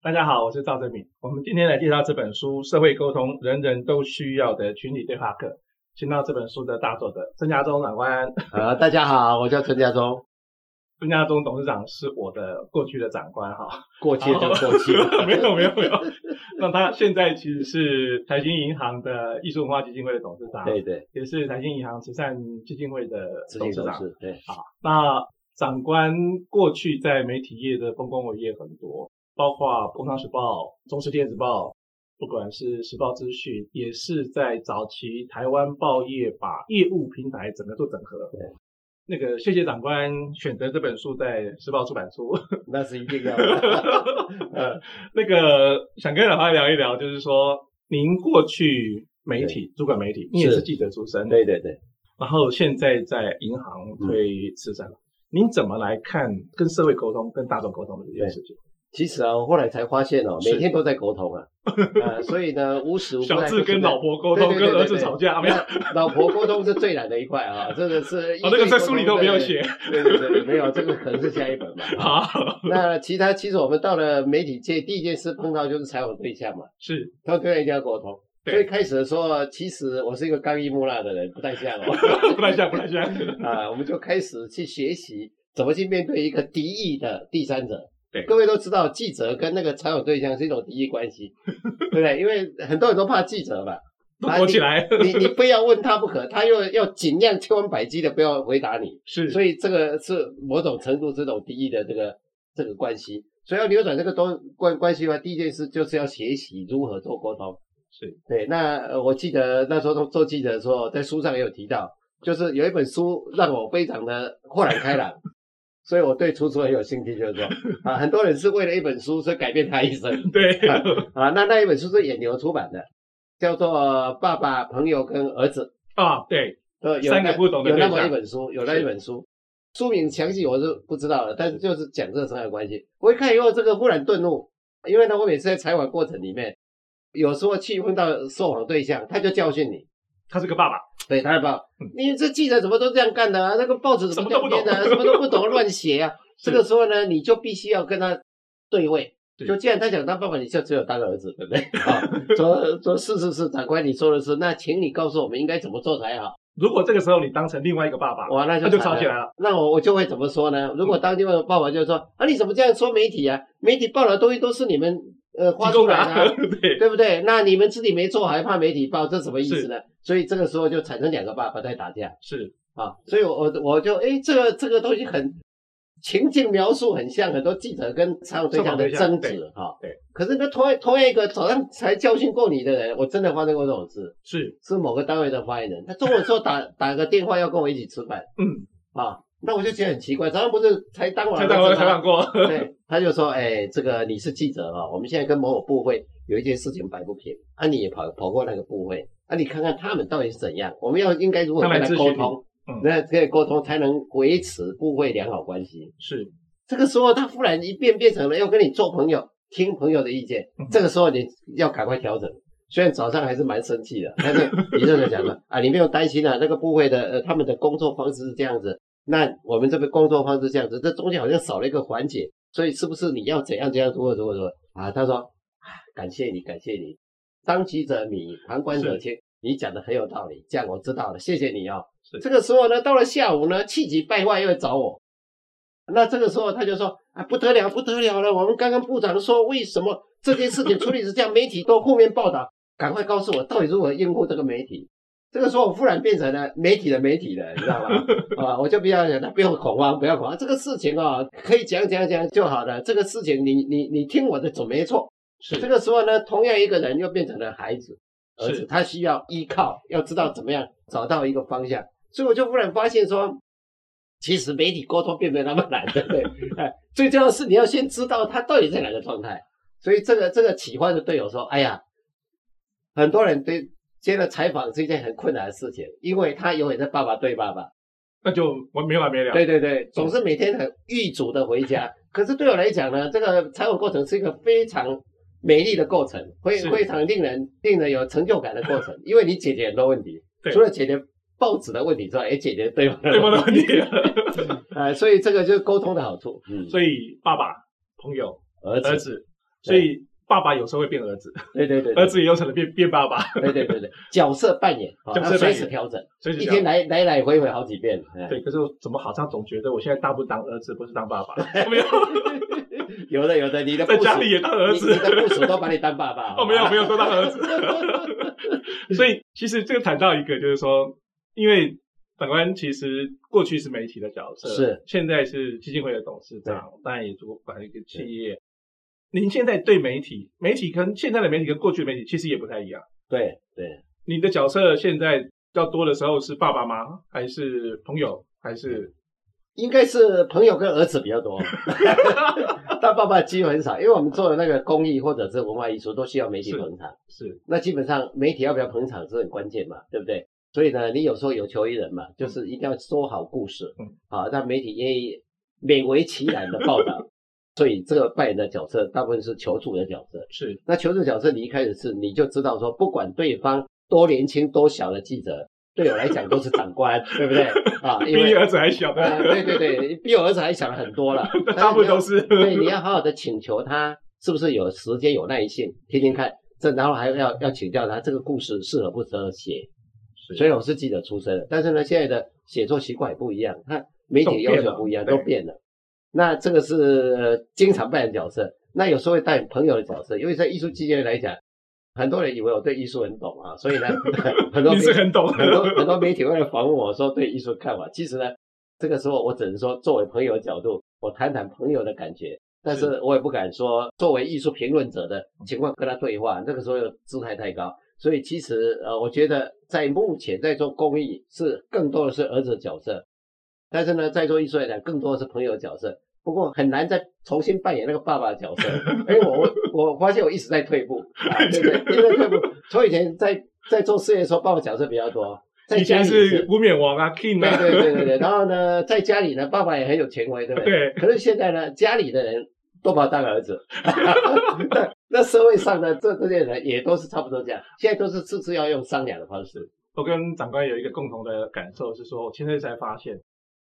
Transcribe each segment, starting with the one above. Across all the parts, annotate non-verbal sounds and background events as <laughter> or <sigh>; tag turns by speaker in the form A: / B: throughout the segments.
A: 大家好，我是赵正敏。我们今天来介绍这本书《社会沟通：人人都需要的群体对话课》，请到这本书的大作者曾家忠长官。 <laughs>
B: 呃，大家好，我叫陈家忠，
A: 曾家忠董事长是我的过去的长官哈，
B: 过气就过气，
A: <laughs> 没有没有没有。那他现在其实是财新银行的艺术文化基金会的董事长，
B: <laughs> 对对，
A: 也是财新银行慈善基金会的
B: 执
A: 董
B: 行
A: 事
B: 董
A: 长。
B: 事，对，
A: 啊，那长官过去在媒体业的丰功伟业很多，包括《工商时报》《中时电子报》，不管是时报资讯，也是在早期台湾报业把业务平台整个做整合
B: 对。
A: 那个谢谢长官选择这本书在时报出版出。
B: 那是一定要的。
A: <laughs> 呃，那个想跟老花聊一聊，就是说您过去媒体主管媒体，你也是
B: 是
A: 记者出身，
B: <laughs> 对对对，
A: 然后现在在银行推慈善，您怎么来看跟社会沟通、跟大众沟通的这件事情？
B: 其实啊，我后来才发现哦，
A: 是
B: 每天都在
A: <laughs>
B: 沟通啊，呃，所以呢，无时无刻
A: 小智跟老婆沟通，
B: 对对对
A: 跟
B: 对
A: 儿子吵架，没有？哦，
B: 那老婆沟通是最难的一
A: <laughs>
B: 块啊，这个是一对一沟
A: 那
B: 通，
A: 个在书里头没有写。
B: <laughs> 对，对对对，没有，这个可能是下一本吧。啊
A: <laughs> 好，
B: 那其他其实我们到了媒体界，第一件事碰到就是采访对象嘛，
A: 是 <laughs>
B: 他跟人家沟通。
A: 对
B: 所以开始的时候，其实我是一个刚毅木讷的人，不太像哦。
A: 不太像，不太像。
B: 啊，我们就开始去学习怎么去面对一个敌意的第三者。
A: 对
B: 各位都知道，记者跟那个采访对象是一种敌意关系，对不对？因为很多人都怕记者嘛，
A: 都躲起来，
B: 你你非要问他不可，他又要尽量千方百计的不要回答你，
A: 是，
B: 所以这个是某种程度这种敌意的这个这个关系。所以要扭转这个东关关系的话，第一件事就是要学习如何做沟通。
A: 是
B: 对，那呃我记得那时候做做记者的时候，在书上也有提到，就是有一本书让我非常的豁然开朗，所以我对厨厨很有兴趣，就是说啊，很多人是为了一本书所以改变他一生
A: 对，
B: 啊。那那一本书是野牛出版的，叫做《爸爸、朋友跟儿子》，
A: <laughs> 啊，对，
B: 呃，有
A: 三个
B: 那
A: 不懂的
B: 有那
A: 对
B: 么一
A: 象
B: 本书，有那一本书，书名详细我是不知道的，但是就是讲这个生涯关系。我一看以后，这个忽然顿悟，因为呢，我每次在采访过程里面，有时候去问到受访对象，他就教训你，
A: 他是个爸爸，
B: 对，他就报，你这记者怎么都这样干的啊？那个报纸怎么这样编的、啊？
A: 嗯什
B: 什
A: 么
B: 么
A: 都
B: 都
A: <laughs>
B: 不懂，乱写啊！
A: 是
B: <laughs> 这个时候呢，你就必须要跟他对位。
A: 对
B: 就既然他想当爸爸，你就只有当儿子，
A: <laughs>
B: 对不对？啊，说说是是是，长官你说的是，那请你告诉我们应该怎么做才好。
A: 如果这个时候你当成另外一个爸爸，
B: 哇，那就
A: 那就
B: 惨
A: 吵起来了。
B: 那我我就会怎么说呢？如
A: 嗯
B: 果当地的报道就说啊，你怎么这样说媒体啊？媒体报道的东西都是你们呃花
A: 提
B: 出
A: 供的
B: 来的啊、
A: 啊， <laughs> 对，
B: 对不对？那你们自己没做，还怕媒体报，这什么意思呢？所以这个时候就产生两个爸爸在打架
A: 是，
B: 啊。所以我我我就哎，这个这个东西很情境描述很像很多记者跟采访对象的
A: 采访
B: 争
A: 对象
B: 执哈。
A: 对。
B: 可是那同同样一个早上才教训过你的人，我真的发生过这种事，
A: 是，
B: 是某个单位的发言人，他中午的时候打打个电话要跟我一起吃饭。
A: 嗯，
B: 啊，那我就觉得很奇怪，早上不是才当晚
A: 才当我采
B: 吗
A: 访过，
B: 对，他就说，哎，这个你是记者啊、我们现在跟某某部会有一件事情摆不平，啊，你也跑跑过那个部会，啊，你看看他们到底是怎样，我们要应该如何
A: 他们
B: 跟他
A: 咨询
B: 沟
A: 你
B: 通，
A: 嗯
B: 那这个沟通才能维持部会良好关系。
A: 是，
B: 这个时候他忽然一变变成了要跟你做朋友，听朋友的意见
A: 嗯，
B: 这个时候你要赶快调整。虽然早上还是蛮生气的，但是你这么讲了 <laughs> 啊，你不用担心啊，那个部会的呃他们的工作方式是这样子，那我们这个工作方式这样子，这中间好像少了一个环节，所以是不是你要怎样怎样如何如何如何啊？他说啊，感谢你，感谢你，当局者迷，旁观者
A: 是
B: 清，你讲的很有道理，这样我知道了，谢谢你哦
A: 是。
B: 这个时候呢，到了下午呢，气急败坏又来找我，那这个时候他就说啊，不得了，不得了了！我们刚刚部长说，为什么这件事情处理是这样，媒体都负面报道，赶快告诉我到底如何应付这个媒体。这个时候我忽然变成了媒体的媒体了，你知道吗？啊，我就比较讲了，不用恐慌，不要恐慌，这个事情啊、可以讲讲讲就好了。这个事情你你你听我的总没错。
A: 是
B: 这个时候呢，同样一个人又变成了孩子，儿
A: 是
B: 子，他需要依靠，要知道怎么样找到一个方向。所以我就忽然发现说，其实媒体沟通并没有那么难，对不 <laughs> 对？哎，最重要的是你要先知道他到底在哪个状态。所以这个这个启发的队友说：“哎呀，很多人对接了采访是一件很困难的事情，因为他永远在爸爸对爸爸，
A: 那就我没完没了，
B: 对对对，总是每天很狱卒的回家。可是对我来讲呢，这个采访过程是一个非常美丽的过程，非
A: 是
B: 非常令人令人有成就感的过程，因为你解决很多问题
A: 对，
B: 除了解决报纸的问题之外，也解决对方的
A: 对方的问题。
B: 啊、所以这个就是沟通的好处。嗯，
A: 所以爸爸、朋友、
B: 儿子
A: 儿子，所以爸爸有时候会变儿子，
B: 对对对
A: 儿
B: 对
A: 子也有可能变变爸爸，
B: 对对对对，角色扮演啊，
A: 角色
B: 要随
A: 扮
B: 时
A: 演
B: 调整，
A: 所以就
B: 一
A: 这样。
B: 天来来来回回好几遍。哎
A: 对，可是我怎么好像总觉得我现在大部当儿子，不是当爸爸，没
B: <laughs>
A: 有
B: 有的有的，你的部
A: 在
B: 署
A: 家里也当儿
B: 你
A: 子
B: 你，的部署都把你当爸爸。
A: 哦，没有没有都当
B: <laughs>
A: 儿子。
B: 有，
A: 所以其实这个谈到一个，就是说，因为长官其实过去是媒体的角色，
B: 是
A: 现在是基金会的董事长，当然也主管一个企业。您现在对媒体，媒体跟现在的媒体跟过去的媒体其实也不太一样。
B: 对对，
A: 你的角色现在比较多的时候是爸爸吗？还是朋友？还是
B: 应该是朋友跟儿子比较多， <laughs> 但爸爸机会很少，因为我们做的那个公益或者是文化艺术都需要媒体
A: 是
B: 捧场。
A: 是
B: 那基本上媒体要不要捧场是很关键嘛，对不对？所以呢，你有时候有求于人嘛，就是一定要说好故事
A: 嗯，
B: 啊，让媒体愿意勉为其难的报道。所以这个扮演的角色大部分是求助的角色。
A: 是
B: 那求助角色，你一开始是你就知道说，不管对方多年轻多小的记者，对我来讲都是长官，对不对？啊，
A: 比 <laughs>
B: 因为
A: 你儿子还小的，，
B: 呃，对对对，比我儿子还小很多了
A: <laughs> 大部分都
B: 是
A: 是
B: <laughs> 你要。对，你要好好的请求他，是不是有时间有耐性，听听看，这然后还要要请教他这个故事适合不适合写。虽然我是记者出身的，但是呢，现在的写作习惯也不一样，他媒体要求不一样，
A: 都变了
B: 都
A: 对
B: 变了。那这个是呃经常扮演角色，那有时候会扮演朋友的角色，因为在艺术界来讲，很多人以为我对艺术很懂啊，所以呢， <laughs> 很
A: <laughs>
B: 多
A: 你
B: 媒
A: 是
B: 体
A: 很懂
B: 很多很
A: 的，
B: 多媒体为了访问我说对艺术看法，其实呢，这个时候我只能说作为朋友的角度，我谈谈朋友的感觉，但是我也不敢说作为艺术评论者的情况跟他对话，那个时候姿态太高。所以其实呃，我觉得在目前在做公益是更多的是儿子的角色，但是呢，在做艺术来讲，更多的是朋友的角色。不过很难再重新扮演那个爸爸的
A: <laughs>
B: 角色，因为我我我发现我一直在退步，啊、对不对？一直在退步。从以前在在做事业的时候，爸爸角色比较多，在
A: 以
B: 家
A: 前
B: 里
A: 是无冕王啊，King
B: 对
A: 啊，
B: 对对对对。然后呢，在家里呢，爸爸也很有权威，对不对？
A: 对
B: 可是现在呢，家里的人都把我当
A: <laughs>
B: 儿子，那那社会上呢，这这些人也都是差不多这样，现在都是次次要用商量的方式。
A: 我跟长官有一个共同的感受是说，我现在才发现，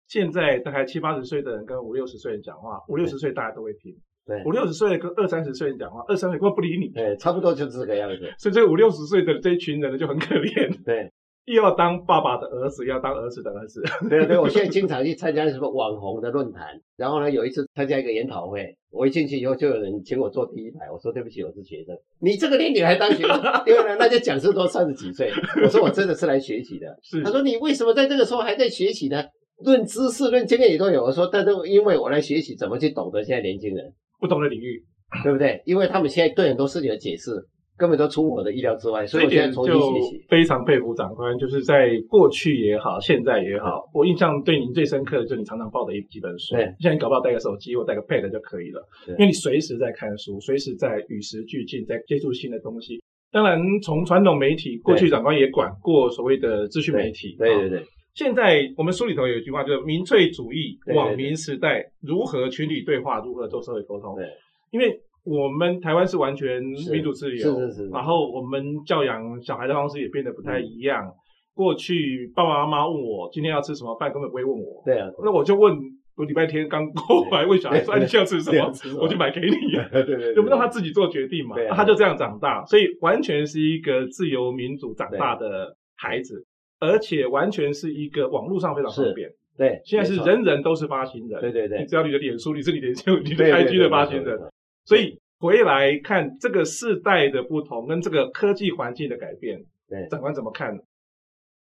A: 现在大概七八十岁的人跟五六十岁人讲话，五六十岁大家都会听，
B: 对
A: 五六十岁的跟二三十岁人讲话，二三十岁根本不理你，
B: 对，差不多就是这个样子。
A: 所以这五六十岁的这一群人呢就很可怜， <laughs>
B: 对
A: 又要当爸爸的儿子，又要当儿子的儿子，
B: <laughs> 对啊对，我现在经常去参加什么网红的论坛，然后呢，有一次参加一个研讨会，我一进去以后就有人请我坐第一排，我说对不起，我是学生。你这个年龄还当学生？因为呢，那些讲师都三十几岁，我说我真的是来学习的。
A: 是
B: 他说你为什么在这个时候还在学习呢？论知识、论经验也都有。我说，但是因为我来学习怎么去懂得现在年轻人，
A: 不同的领域，
B: 对不对？因为他们现在对很多事情的解释根本都出我的意料之外，所以
A: 这一
B: 我现
A: 点
B: 在重
A: 就
B: 新学习。
A: 非常佩服长官，就是在过去也好，现在也好，我印象对您最深刻的就是你常常抱的一几本书
B: 对，
A: 现在搞不好带个手机或带个 pad 就可以了，
B: 对
A: 因为你随时在看书，随时在与时俱进，在接触新的东西。当然，从传统媒体过去，长官也管过所谓的资讯媒体，
B: 对
A: 啊
B: 对对，
A: 现在我们书里头有一句话，就是民粹主义
B: 对对对
A: 网民时代如何群体对话，如何做社会沟通。
B: 对，
A: 因为我们台湾是完全
B: 是
A: 民主自由，哦啊
B: 是是是
A: 然后我们教养小孩的方式也变得不太一样。
B: 嗯
A: 过去爸爸妈妈问我今天要吃什么饭，根本不会问我，
B: 对啊，
A: 那我就问，我礼拜天刚过来问小孩说：“
B: 对
A: 哎，你要吃什么
B: 对吃什？”么
A: 我就买给你。
B: 对对 <laughs> 对，
A: 有没有让他自己做决定嘛？
B: 对啊
A: 他就这样长大，所以完全是一个自由民主长大的孩子，而且完全是一个网络上非常方便。
B: 对？
A: 现在是
B: 没错，
A: 人人都是发行人，
B: 对对
A: 你
B: 对，
A: 只要你的脸书，你是你的你的
B: 对
A: IG 的发行
B: 现
A: 人，
B: 的，
A: 所以回来看这个世代的不同跟这个科技环境的改变，
B: 对
A: 长官怎么看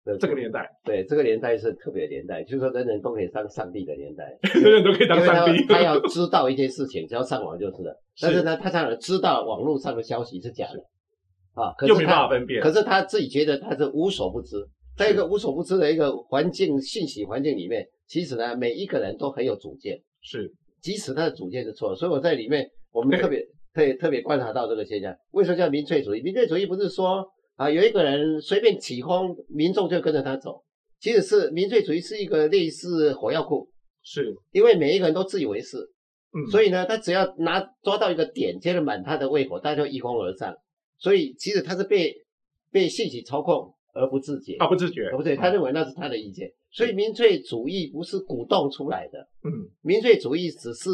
B: 对
A: 这个年代？
B: 对这个年代是特别年代，就是说人人都可以当上帝的年代。
A: <laughs> 人人都可以当
B: 因为
A: 上
B: 他
A: 帝， <laughs>
B: 他要知道一件事情，只要上网就是了。但是呢，他常常知道网络上的消息是假的啊，可是
A: 又没
B: 他
A: 办法分辨。
B: 可是他自己觉得他是无所不知，在一个无所不知的一个环境信息环境里面，其实呢，每一个人都很有主见，
A: 是
B: 即使他的主见是错的，所以我在里面我们
A: 对
B: 特别特特别观察到这个现象。为什么叫民粹主义？民粹主义不是说啊有一个人随便起哄，民众就跟着他走，其实是民粹主义是一个类似火药库，
A: 是，
B: 因为每一个人都自以为是，
A: 嗯，
B: 所
A: 以
B: 以呢，他只要拿抓到一个点，接着满他的胃口，大家就一哄而散。所以其实他是被被信息操控而不自觉，
A: 他啊不自觉，
B: 哦不对，他认为那是他的意见。所以民粹主义不是鼓动出来的，
A: 嗯
B: 民粹主义只是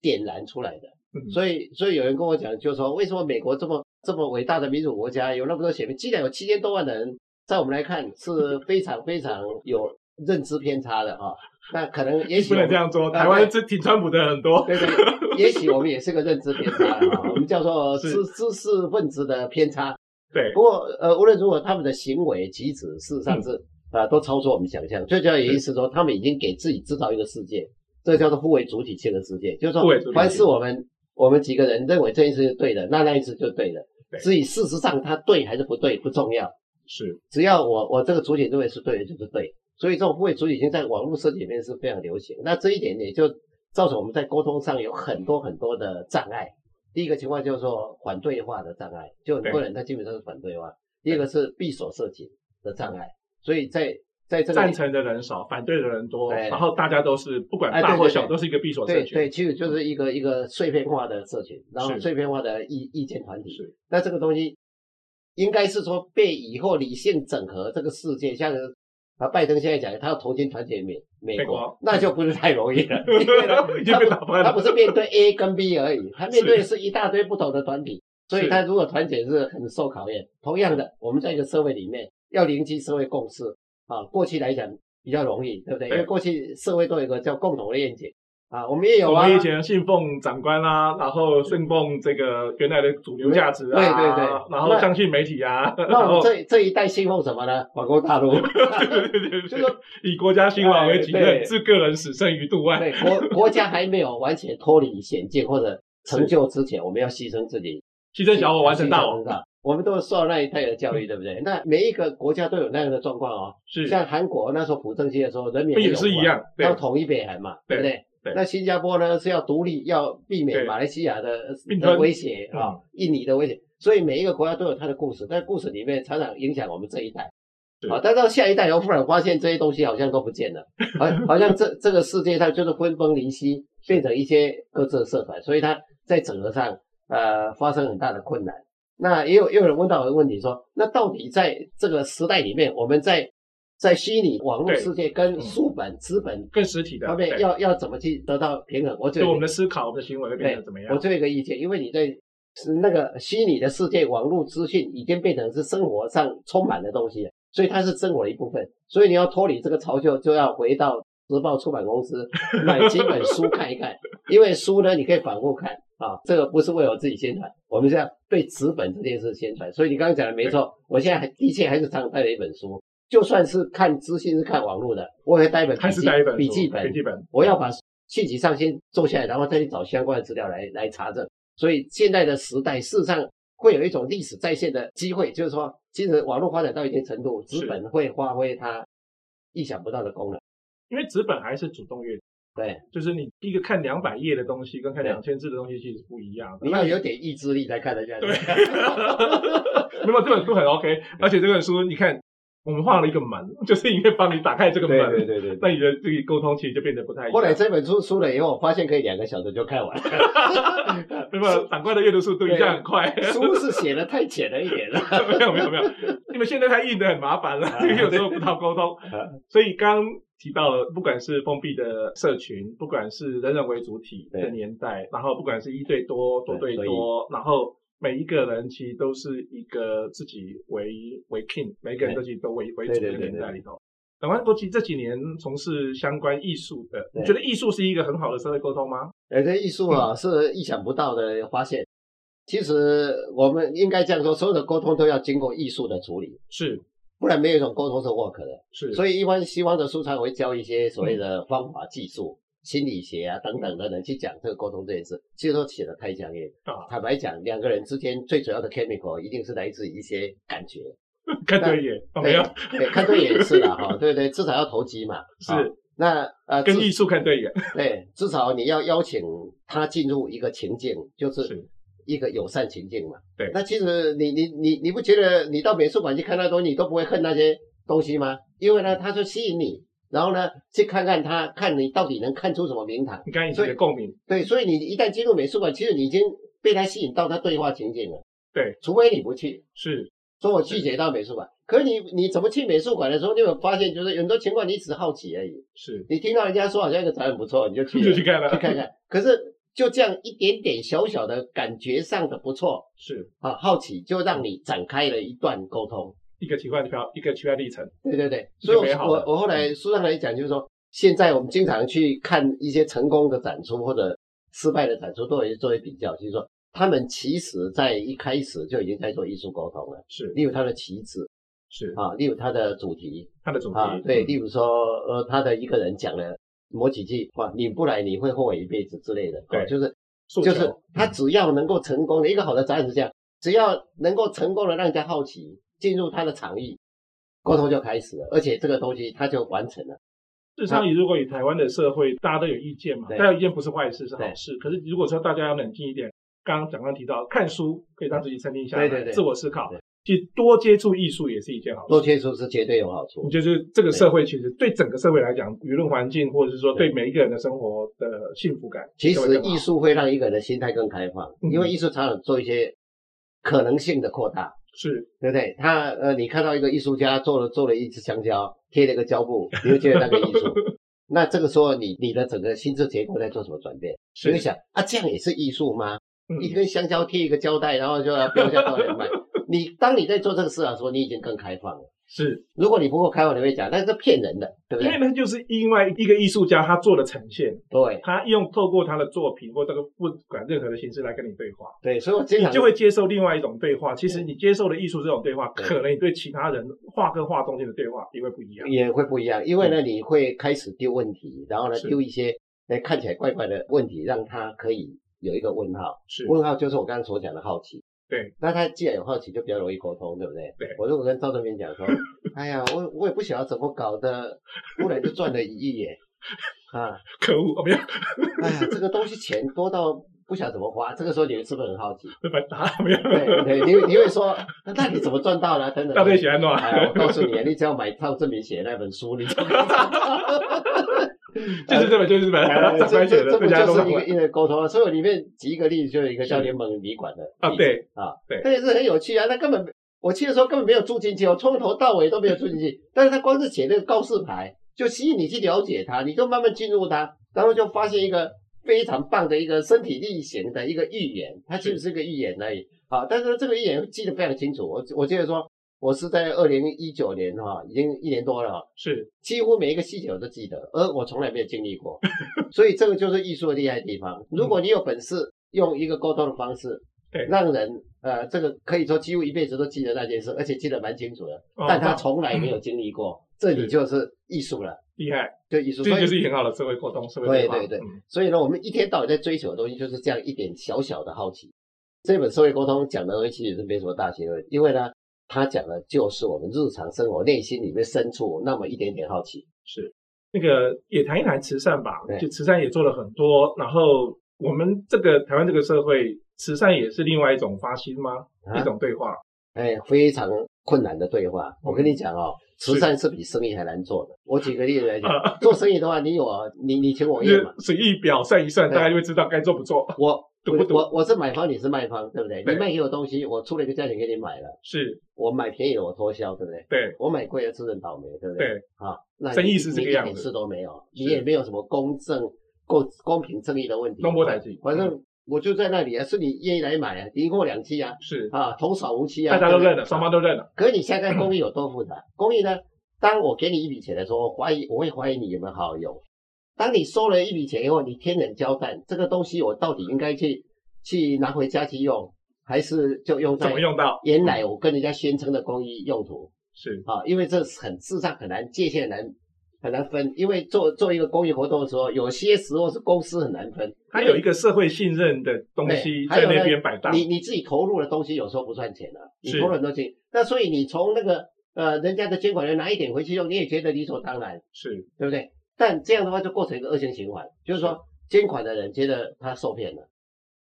B: 点燃出来的。
A: 嗯嗯
B: 所以，所以有人跟我讲，就是说为什么美国这么这么伟大的民主国家，有那么多选民，竟然有七千多万的人，在我们来看是非常非常有认知偏差的啊。那可能也许
A: 不
B: 我
A: 能
B: 们
A: 这样说，
B: 啊
A: 台湾这挺川普的很多。
B: 对对，也许我们也是个认知偏差啊，我们叫做
A: <laughs> 是
B: 知知识分子的偏差。
A: 对
B: 不过呃，无论如何，他们的行为举止事
A: 嗯
B: 实上是啊、呃都超出我们想象。最主要原因是说，他们已经给自己制造一个世界，这叫做互为主体性的世界，就是
A: 互为主体性
B: 说，凡是我们我们几个人认为这件事是对的，那那件事就对的。
A: 对
B: 至于事实上它对还是不对不重要，
A: 是，
B: 只要我我这个主体认为是对的，就是对。所以这种互为主体性在网络设计里面是非常流行。那这一点也就造成我们在沟通上有很多很多的障碍。第一个情况就是说反对话的障碍，就很多人他基本上是反对话。第二个是闭锁设计的障碍，所以在在这个
A: 赞成的人少，反对的人多，
B: 对
A: 然后大家都是不管
B: 哎对
A: 大或
B: 对
A: 小，
B: 对
A: 都是一个闭锁社
B: 对
A: 群。
B: 对，其实就是一个一个碎片化的社群，然后
A: 是
B: 碎片化的意意见团体。
A: 是 <laughs>
B: 那这个东西应该是说被以后理性整合这个世界，像啊拜登现在讲他要重新团结美美
A: 美
B: 国
A: 国，
B: 那就不是太容易 <laughs> 了，因为呢
A: 已经
B: 他
A: 被
B: 不
A: 打翻
B: 他
A: 了
B: 不。是面对 A 跟 B 而已，他面对的是一大堆不同的团体，所以他如果团结是很受考验。同样的，我们在一个社会里面要凝聚社会共识啊，过去来讲比较容易，对不对？因
A: 对
B: 为过去社会都有一个叫共同的愿景啊，我们也有
A: 我
B: 啊，
A: 们以前信奉长官啦、然后信奉这个原来的主流价值啊，
B: 对对对
A: 然后相信媒体啊，
B: 那
A: 然
B: 我们
A: 后
B: 这这一代信奉什么呢？反攻 <laughs> 大陆，
A: 对对对对
B: 就是说
A: 以国家兴亡为己
B: 哎
A: 任，
B: 对
A: 置个人始胜于度外。
B: <laughs> 对国国家还没有完全脱离险境或者成就之前，我们要牺牲自己，
A: 牺牲小我，完成大
B: 牺牲
A: 我，
B: 大我们都是受那一代的教育，对不对？那每一个国家都有那样的状况哦。
A: 是
B: 像韩国那时候朴正熙的时候，人民
A: 不也是一样？对
B: 要，统一北韩嘛，
A: 对
B: 对不对？
A: 对
B: 那新加坡呢是要独立，要避
A: 对
B: 免马来西亚的
A: 并吞嗯
B: 的威胁啊、印尼的威胁，所以每一个国家都有它的故事，但故事里面常常影响我们这一代
A: 对。
B: 啊，但到下一代以后，忽然发现这些东西好像都不见
A: <laughs>
B: 了，好，好像这这个世界上就是分崩离析，变成一些各自的社团，所以它在整合上呃发生很大的困难。那也有也有人问到我的问题说，那到底在这个时代里面，我们在在虚拟网络
A: 对
B: 世界
A: 嗯
B: 跟书本、资本
A: 更实体的
B: 方。面
A: 对
B: 要要怎么去得到平衡？我觉
A: 就
B: 得
A: 我们的思考、我们的行为会变
B: 对
A: 成怎么，
B: 我
A: 样？
B: 最后一个意见，因为你在是那个虚拟的世界，网络资讯已经变成是生活上充满的东西了，所以它是生活的一部分。所以你要脱离这个潮流，就要回到时报出版公司买几本
A: <laughs>
B: 书看一看，因为书呢你可以反复看啊。这个不是为我自己宣传，我们是要对纸本这件事宣传。所以你刚刚讲的没错，我现在还的确还是常带了一本书。就算是看资讯是看网络的，我也带一本
A: 还
B: 笔
A: 是
B: 记
A: 带一本
B: 笔
A: 书
B: 记本
A: 笔，记本，
B: 我要把信息上先做下来，然后再去找相关的资料来来查证。所以现在的时代，事实上会有一种历史再现的机会，就是说，其实网络发展到一定程度，
A: 是
B: 资本会发挥它意想不到的功能。
A: 因为纸本还是主动阅读，
B: 对，
A: 就是你一个看两百页的东西，跟看
B: 对
A: 两千字的东西其实是不一样的。
B: 你要有点意志力才看得下去。
A: <laughs> 没有这本书很 OK，而且这本书你看，我们画了一个门，就是因为帮你打开这个门，
B: 对对
A: 那你的这个沟通其实就变得不太一样。
B: <laughs> 后来这本书出了以后，我发现可以两个小时就看完了。 <laughs>
A: 那么长官的阅读速度一下很快。
B: 书是写的太浅了一点 <laughs> 了。
A: <laughs> 没有没有没有，你们现在太硬的很麻烦
B: <laughs>
A: 了，这个有时候不好沟通。所以刚刚提到了，不管是封闭的社群，不管是人人为主体的
B: 对
A: 年代，然后不管是一对多、多对
B: 对
A: 多，然后每一个人其实都是一个自己为为 king，每个人
B: 对
A: 都自己都为为主
B: 对
A: 的
B: 对对
A: 年代
B: 对
A: 里头。台湾过去这几年从事相关艺术的，你
B: 对
A: 觉得艺术是一个很好的社会沟通吗？
B: 有些艺术啊是意想不到的发现。其实我们应该这样说，所有的沟通都要经过艺术的处理，
A: 是
B: 不然没有一种沟通是 work 的。
A: 是，
B: 所
A: 以
B: 以一般西方的书常会教一些所谓的方法、技术、心理学啊等等等等去讲这个沟通这件事，其实都写的太强烈。
A: 啊， <laughs>
B: 坦白讲，两个人之间最主要的 chemical 一定是来自于一些感觉。
A: 看对眼，哦没有，
B: 对，对看对眼
A: <laughs>
B: 是的哈，对对，至少要投机嘛。啊
A: 是
B: 那呃，
A: 跟
B: 至
A: 艺术看对眼，
B: 对，至少你要邀请他进入一个情境，就是
A: 是
B: 一个友善情境嘛。
A: 对
B: 那其实你你你你不觉得你到美术馆去看那东西，你都不会恨那些东西吗？因为呢，它就吸引你，然后呢，去看看它，看你到底能看出什么名堂。
A: 你看引起
B: 所以
A: 的共鸣，
B: 对，所以你一旦进入美术馆，其实你已经被它吸引到它对话情境了。
A: 对，
B: 除非你不去，
A: 是
B: 说我拒绝到美术馆。可是你你怎么去美术馆的时候，你有没有发现，就是有很多情况你只是好奇而已。
A: 是，
B: 你听到人家说好像一个展览不错，你就去了
A: <laughs> 就去看了
B: 去，看看。可是就这样一点点小小的感觉上的不错
A: 是
B: 啊，好奇就让你展开了一段沟通。
A: 一个奇怪的漂一个奇怪历程，
B: 对对对，
A: 这
B: 所以
A: 就
B: 我
A: 美好啊
B: 我
A: 了
B: 我后来书上来讲，就是说，现在我们经常去看一些成功的展出或者失败的展出，都有作为比较，就是说，他们其实在一开始就已经在做艺术沟通了，
A: 是
B: 例如他的旗子
A: 是
B: 啊，例如他的主题
A: 它的主题
B: 啊，对，
A: 嗯
B: 例如说呃，他的一个人讲了某几句话，你不来你会后悔一辈子之类的，啊
A: 对
B: 就是
A: 诉
B: 就
A: 求嗯
B: 是他只要能够成功的一个好的展览是这样，只要能够成功的让人家好奇，进入他的场域，沟通就开始了，而且这个东西他就完成了。
A: 日常，如果以台湾的社会，大家都有意见嘛，
B: 对
A: 大家有意见不是坏事，是
B: 对
A: 好事。可是如果说大家要冷静一点，刚刚长官提到，看书可以让自己沉淀下来，
B: 对对对
A: 自我思考
B: 对，
A: 其实多接触艺术也是一件好
B: 多
A: 事。
B: 接触是绝对有好处
A: 你。就是这个社会，其实对整个社会来讲，舆论环境，或者是说对每一个人的生活的幸福感，
B: 其
A: 就会
B: 实
A: 更好
B: 艺术会让一个人的心态更开放，
A: 嗯
B: 因为艺术常常做一些可能性的扩大，
A: 是
B: 对不对？他呃，你看到一个艺术家做了做了一只香蕉，贴了一个胶布，你就觉得那个
A: <laughs>
B: 艺术。那这个时候你，你的整个心智结构在做什么转变？你会
A: 是，
B: 想啊，这样也是艺术吗？
A: 嗯
B: 一根香蕉贴一个胶带，然后就要标价多少人卖。你当你在做这个事的时候，你已经更开放了。
A: 是，
B: 如果你不够开放，你会讲那是骗人的，对不
A: 因为
B: 对？
A: 那就是因为一个艺术家他做的呈现，
B: 对
A: 他用透过他的作品或这个不管任何的形式来跟你对话。
B: 对，所以我经常
A: 你就会接受另外一种对话。其实你接受了艺术这种对话，
B: 对
A: 可能你对其他人画跟画中间的对话也会不一样。
B: 也会不一样，因为呢，你会开始丢问题，然后呢，
A: 嗯是
B: 丢一些哎看起来怪怪的问题，让他可以有一个问号。
A: 是
B: 问号就是我刚才所讲的好奇。
A: 对，
B: 那他既然有好奇，就比较容易沟通，对不对？
A: 对
B: 我如果跟赵正明讲说， <laughs> 哎呀，我我也不晓得怎么搞的，忽然就赚了一亿耶，啊，
A: 可恶，我哦们要
B: <laughs> 哎呀，这个东西钱多到不晓得怎么花，这个时候你是不是很好
A: <laughs>
B: 奇？
A: 把打没有？
B: 对对，你会你会说，那那你怎么赚到呢？等等。
A: 大队喜欢暖，
B: 哎，我告诉你，你只要买赵正明写的那本书，
A: <laughs>
B: 你就可以赚到。
A: 就是这本，就是这本，
B: 哎
A: 长官写的，
B: 这
A: 大
B: 不
A: 家都
B: 就是一
A: 会
B: 个一个沟通啊？所以我里面举一个例子，就有一个叫联盟旅馆的
A: 啊，
B: 例子
A: 对，
B: 啊，
A: 对
B: 这也是很有趣啊。那根本我去的时候根本没有住进去，我从头到尾都没有住进去， <laughs> 但是他光是写那个告示牌，就吸引你去了解它，你就慢慢进入它，然后就发现一个非常棒的一个身体力行的一个预言，它其实是个预言而已啊。但是这个预言记得非常清楚，我我记得说我是在二零一九年哈、已经一年多了哈、
A: 是
B: 几乎每一个细节我都记得，而我从来没有经历
A: <laughs>
B: 过，所以这个就是艺术的厉害的地方。如果你有本事用一个沟通的方式，
A: 对
B: 让人呃，这个可以说几乎一辈子都记得那件事，而且记得蛮清楚的，
A: 哦
B: 但他从来没有经历过，这里就是艺术了，
A: 厉害，
B: 就艺术。
A: 这
B: 所
A: 就
B: 以，
A: 是一个很好的社会活动，社会话
B: 对对对
A: 嗯
B: 所以呢，我们一天到晚在追求的东西就是这样一点小小的好奇。这本社会沟通讲的东西其实是没什么大学问，因为呢，他讲的就是我们日常生活内心里面深处那么一点点好奇。
A: 是那个也谈一谈慈善吧
B: 对，
A: 就慈善也做了很多，然后我们这个台湾这个社会，慈善也是另外一种发心吗？
B: 啊
A: 一种对话
B: 哎，非常困难的对话。我跟你讲哦，
A: 嗯是
B: 慈善是比生意还难做的。我举个例子来讲，
A: 啊，
B: 做生意的话，你有啊，你你情我
A: 就 <laughs>
B: 愿
A: 是
B: 嘛。
A: 随意表算一算，
B: 对
A: 大家就会知道该做不做。
B: 我
A: 懂不懂
B: 我我是买方，你是卖方，对不对？
A: 对
B: 你卖给我东西，我出了一个价钱给你买了，
A: 是
B: 我买便宜的我脱销，对不对？
A: 对。
B: 我买贵的自认倒霉，对不对？
A: 对，
B: 啊，那
A: 生
B: 你
A: 意是这
B: 你
A: 个
B: 一
A: 样
B: 点
A: 子
B: 事都没有，你
A: 是
B: 也没有什么公正、公公平正义的问题。
A: 东坡台记
B: 反正我就在那里啊，是你愿意来买啊，一货两期啊，
A: 是，
B: 啊，童叟无欺啊，
A: 大家都
B: 对不对
A: 认了，双方都认了，
B: 可是你现在公益有多复杂？公益呢，当我给你一笔钱的时候，我怀疑我会怀疑你有没有好好用。当你收了一笔钱以后，你天人交战，这个东西我到底应该去去拿回家去用，还是就用
A: 怎
B: 在
A: 么用到？
B: 原来我跟人家宣称的公益用途
A: 是
B: 啊？因为这是很事实上很难界限很难很难分，因为做做一个公益活动的时候，有些时候是公司很难分，
A: 它有一个社会信任的东西
B: 对还
A: 在
B: 有
A: 那
B: 呢
A: 边摆荡，
B: 你你自己投入的东西有时候不赚钱啊，你
A: 是
B: 投入很多钱，那所以你从那个呃人家的捐款人拿一点回去用，你也觉得理所当然，
A: 是
B: 对不对？但这样的话就构成一个恶性循环，就是说捐款的人觉得他受骗了，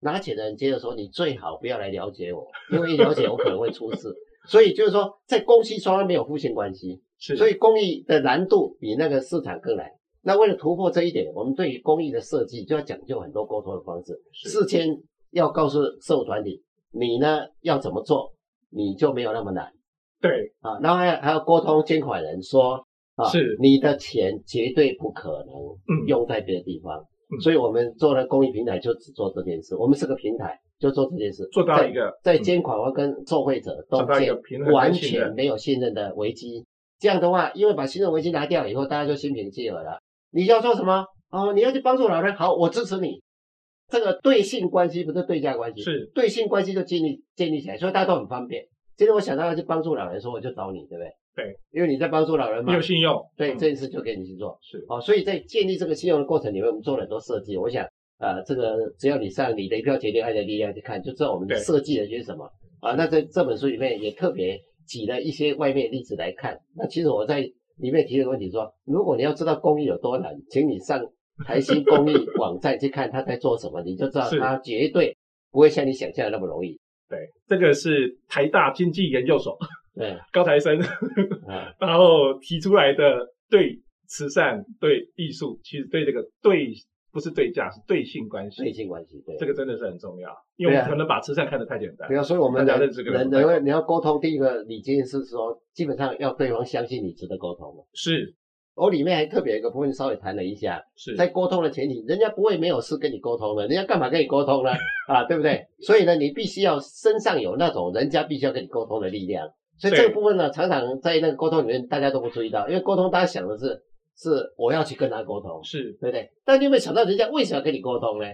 B: 拿钱的人接着说你最好不要来了解我，因为一了解我可能会出事。 <laughs> 所以就是说，在公器双方没有互信关系，
A: 是，
B: 所
A: 以
B: 以公益的难度比那个市场更难。那为了突破这一点，我们对于公益的设计就要讲究很多沟通的方式。
A: 是
B: 事先要告诉社会团体，你呢要怎么做，你就没有那么难
A: 对
B: 啊。然后还要还要沟通捐款人说啊，
A: 是
B: 你的钱绝对不可能
A: 嗯
B: 用在别的地方，
A: 嗯
B: 所以我们做了公益平台，就只做这件事。我们是个平台，就做这件事，
A: 做到
B: 在
A: 一个
B: 在
A: 嗯
B: 监管和跟受惠者
A: 找
B: 都
A: 到一
B: 建
A: 个平衡
B: 完
A: 跟信
B: 全
A: 任。
B: 没有信任的危机。这样的话，因为把信任危机拿掉以后，大家就心平气和了。你要做什么？哦，你要去帮助老人，好，我支持你。这个对性关系不是对价关系，
A: 是
B: 对性关系就建立建立起来，所以大家都很方便。今天我想到要去帮助老人，说我就找你，对不对？
A: 对，
B: 因为你在帮助老人
A: 你
B: 嘛
A: 有，信用，
B: 对
A: 嗯
B: 这件事就给你去做。
A: 是
B: 哦，所以在建立这个信用的过程里面，我们做了很多设计。我想，呃，这个只要你上你的一票决定爱的力量去看，就知道我们
A: 对
B: 设计了些什么啊。那在这本书里面也特别举了一些外面例子来看。那其实我在里面提了个问题说，如果你要知道公益有多难，请你上台
A: <laughs>
B: 新公益网站去看他在做什么，你就知道
A: 是
B: 他绝对不会像你想象的那么容易。
A: 对，这个是台大经济研究所
B: 对，
A: 高材生，
B: 啊，
A: 然后提出来的对慈善、对艺术，其实对这个对不是对价，是对性关
B: 对
A: 系，
B: 性关系，对
A: 这。个真的是很重要，因为我
B: 对
A: 们
B: 啊
A: 可能把慈善看得太简 <laughs> 单
B: 对。啊，所以我们
A: 大家
B: 人
A: 认识个人
B: 人
A: 不太
B: 人你要沟通，第一个礼节是说，基本上要对方相信你值得沟通嘛。
A: 是
B: 我里面还特别有一个部分稍微谈了一下，
A: 是，
B: 在沟通的前提，人家不会没有事跟你沟通的，人家干嘛跟你
A: <laughs>
B: 沟通呢？啊，对不对？所以呢，你必须要身上有那种人家必须要跟你沟通的力量。所以
A: 对
B: 这个部分呢，常常在那个沟通里面，大家都不注意到，因为沟通大家想的是是我要去跟他沟通，
A: 是
B: 对不对？但你有没有想到人家为什么要跟你沟
A: <laughs>
B: 通呢？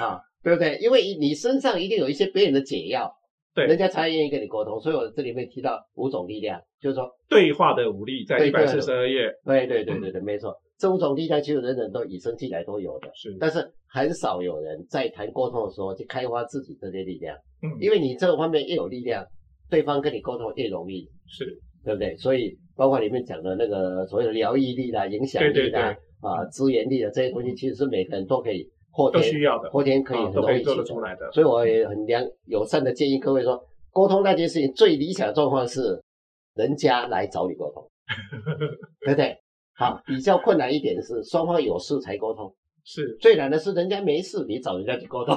B: 啊，对不对？因为你身上一定有一些别人的解药，
A: 对
B: 人家才愿意跟你沟通。所以我这里面提到五种力量，就是说
A: 对话的武力，在
B: 对
A: 一百四十二页
B: 对对对对
A: 嗯
B: 对，没错，这五种力量其实人人都与生俱来都有的，
A: 是，
B: 但是很少有人在谈沟通的时候去开发自己这些力量，
A: 嗯，
B: 因为你这方面越有力量，对方跟你沟通越容易，
A: 是
B: 对不对？所以包括里面讲的那个所谓的疗愈力啦、影响力啦、
A: 对对对嗯
B: 啊资源力的这些东西，其实是每个人都可以后
A: 都
B: 天
A: 需要的，
B: 后天可以
A: 啊
B: 很
A: 都可
B: 容易
A: 以做
B: 取
A: 得
B: 得。
A: 出来的，
B: 所以我也很良友善的建议各位说，沟通那件事情最理想的状况是人家来找你沟通，对不对？好，比较困难一点是双方有事才沟通，
A: 是。
B: 最难的是人家没事，你找人家去沟通。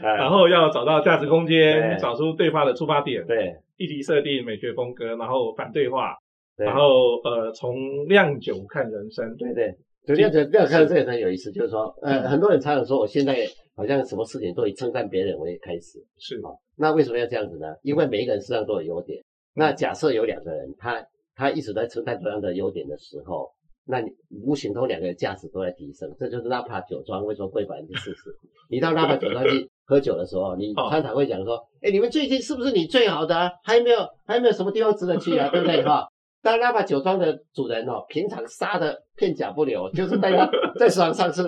A: 然
B: 哎，
A: 后要找到价值空间，
B: 对
A: 找出对话的出发点，
B: 对
A: 议题设定、美学风格，然后反对话，
B: 对
A: 然后呃，从酿酒看人生，
B: 对对，就这样子，这样看这个很有意思，就是说，呃，很多人常常说我现在好像什么事情都以称赞别人为开始，
A: 是
B: 好那为什么要这样子呢？因为每一个人身上都有优点。那假设有两个人，他他一直在称赞对方的优点的时候，那你无形中两个人价值都在提升。这就是纳帕酒庄为什么贵百分之四十。你到纳帕酒庄去喝酒的时候，你
A: 哦
B: 常常会讲说：“哎、你们最近是不是你最好的、啊？还没有还没有什么地方值得去啊，对 <laughs> 不对？”哈。但纳帕酒庄的主人哦，平常杀的片甲不留，就是大家 <laughs> 在市场上是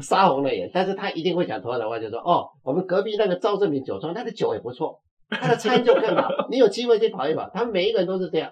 B: 杀红了眼，但是他一定会讲同样的话，就说哦，我们隔壁那个赵正明酒庄，他的酒也不错，他的餐就更好， <laughs> 你有机会去跑一跑。他们每一个人都是这样。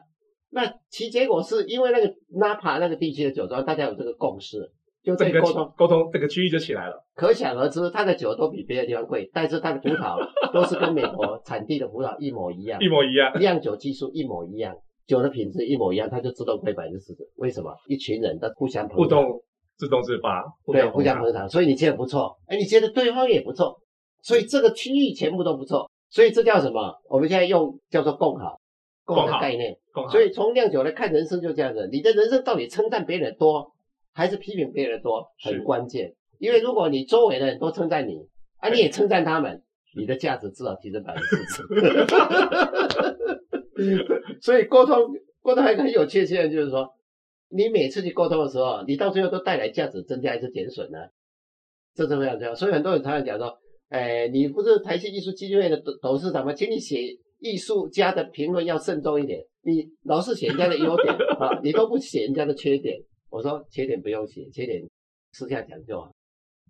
B: 那其结果是因为那个纳帕那个地区的酒庄，大家有这个共识，就
A: <laughs> 整
B: 对
A: 个
B: 沟通，
A: 沟通这个区域就起来了，
B: 可想而知，他的酒都比别的地方贵，但是他的葡萄都是跟美国产地的葡萄一模一样
A: 一，模一
B: <laughs>
A: 样，
B: 酿酒技术一模一样，酒的品质一模一样，他就自动亏百分之四十。为什么？一群人的互相捧
A: 互
B: 场
A: 动自动自发，互
B: 对，
A: 相
B: 互相
A: 捧场
B: 捧场，所以你觉得不错，哎，你觉得对方也不错，所以这个区域全部都不错，所以这叫什么？我们现在用叫做共好，共好
A: 共
B: 的
A: 好
B: 概念。
A: 共好
B: 所以从酿酒来看人生就这样子，你的人生到底称赞别人多还是批评别人多，
A: 是
B: 很关键。因为如果你周围的人都称赞你，啊，
A: 对
B: 你也称赞他们， <laughs> 你的价值至少提升百分之四十。 <laughs> 所以沟通沟通还有一个很有缺陷，就是说，你每次去沟通的时候，你到最后都带来价值增加还是减损呢？这是非常重要。所以很多人常常讲说，哎，你不是台新艺术基金会的董董事长吗？请你写艺术家的评论要慎重一点，你老是写人家的优点 <laughs> 啊，你都不写人家的缺点。我说缺点不用写，缺点私下讲就好，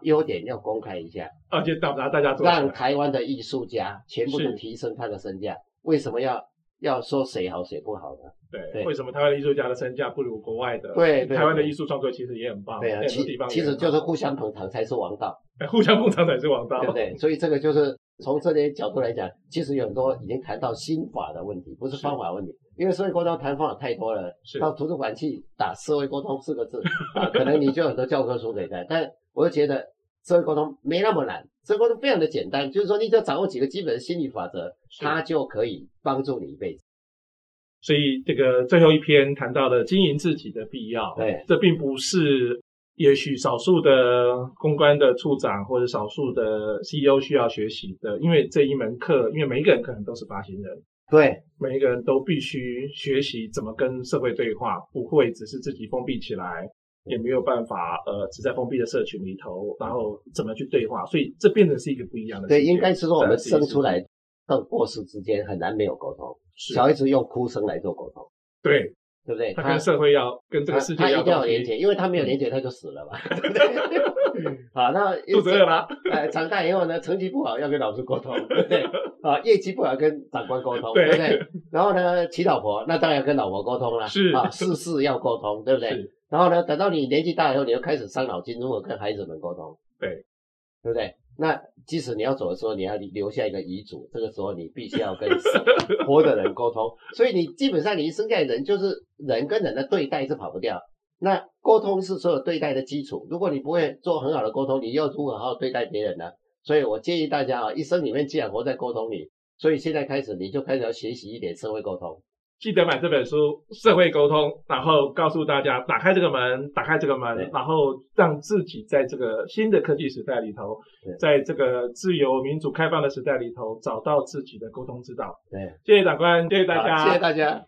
B: 优点要公开一下，
A: 而且表达大家做起
B: 让
A: 来
B: 台湾的艺术家全部
A: 是
B: 都提升他的身价。为什么要要说谁好谁不好呢？
A: 对，
B: 对
A: 为什么台湾的艺术家的身价不如国外的？
B: 对对
A: 台湾的
B: 对
A: 艺术创作其实也很棒，
B: 对啊，
A: 很多
B: 其
A: 哦地方也
B: 其实
A: 很
B: 就
A: 棒
B: 是互相捧场才是王道。
A: 哎 <laughs> 互相捧场才是王道，
B: 对不对？所以这个就是从这些角度来讲，其实有很多已经谈到心法的问题，不是方法问题。因为社会沟通谈方法太多了
A: 是，
B: 到图书馆去打“社会沟通”四个字啊，可能你就有很多教科书可以看。但我就觉得社会沟通没那么难，社会沟通非常的简单，就是说你只要掌握几个基本的心理法则，
A: 是
B: 它就可以帮助你一辈子。
A: 所以这个最后一篇谈到了经营自己的必要，
B: 对
A: 这并不是也许少数的公关的处长或者少数的 CEO 需要学习的，因为这一门课，因为每一个人可能都是发行人，
B: 对
A: 每一个人都必须学习怎么跟社会对话，不会只是自己封闭起来，
B: 嗯
A: 也没有办法呃只在封闭的社群里头，然后怎么去对话，所以这变成是一个不一样的世界。
B: 对，应该是说我们生出
A: 在
B: 来到过世之间很难没有沟通，
A: 是
B: 小孩子用哭声来做沟通，
A: 对，
B: 对不对？
A: 他跟社会要跟这个世界
B: 他他一
A: 要嗯
B: 定
A: 沟
B: 要
A: 通
B: 连接，因为他没有连接他就死了嘛， <laughs> 对不对？ <laughs> 好，那
A: 肚子饿了，
B: 呃，长大以后呢，成绩不好要跟老师沟通，对不对？啊，业绩不好跟长官沟通，
A: 对
B: 对不对？然后呢，娶老婆，那当然要跟老婆沟通啦，
A: 是
B: 啊，事事要沟通，对不对？
A: 是
B: 然后呢，等到你年纪大以后，你又开始伤脑筋，如何跟孩子们沟通，
A: 对，
B: 对不对？那即使你要走的时候，你要留下一个遗嘱，这个时候你必须
A: <laughs>
B: 要跟活的人沟通，所以你基本上你一生下来人就是人跟人的对待是跑不掉。那沟通是所有对待的基础，如果你不会做很好的沟通，你又如何好好对待别人呢？所以我建议大家啊，一生里面既然活在沟通里，所以现在开始你就开始要学习一点社会沟通。
A: 记得买这本书《社会沟通》，然后告诉大家打开这个门，打开这个门
B: 对，
A: 然后让自己在这个新的科技时代里头
B: 对，
A: 在这个自由、民主、开放的时代里头，找到自己的沟通之道。
B: 对，
A: 谢谢长官，谢谢大
B: 好
A: 家，
B: 谢谢大家。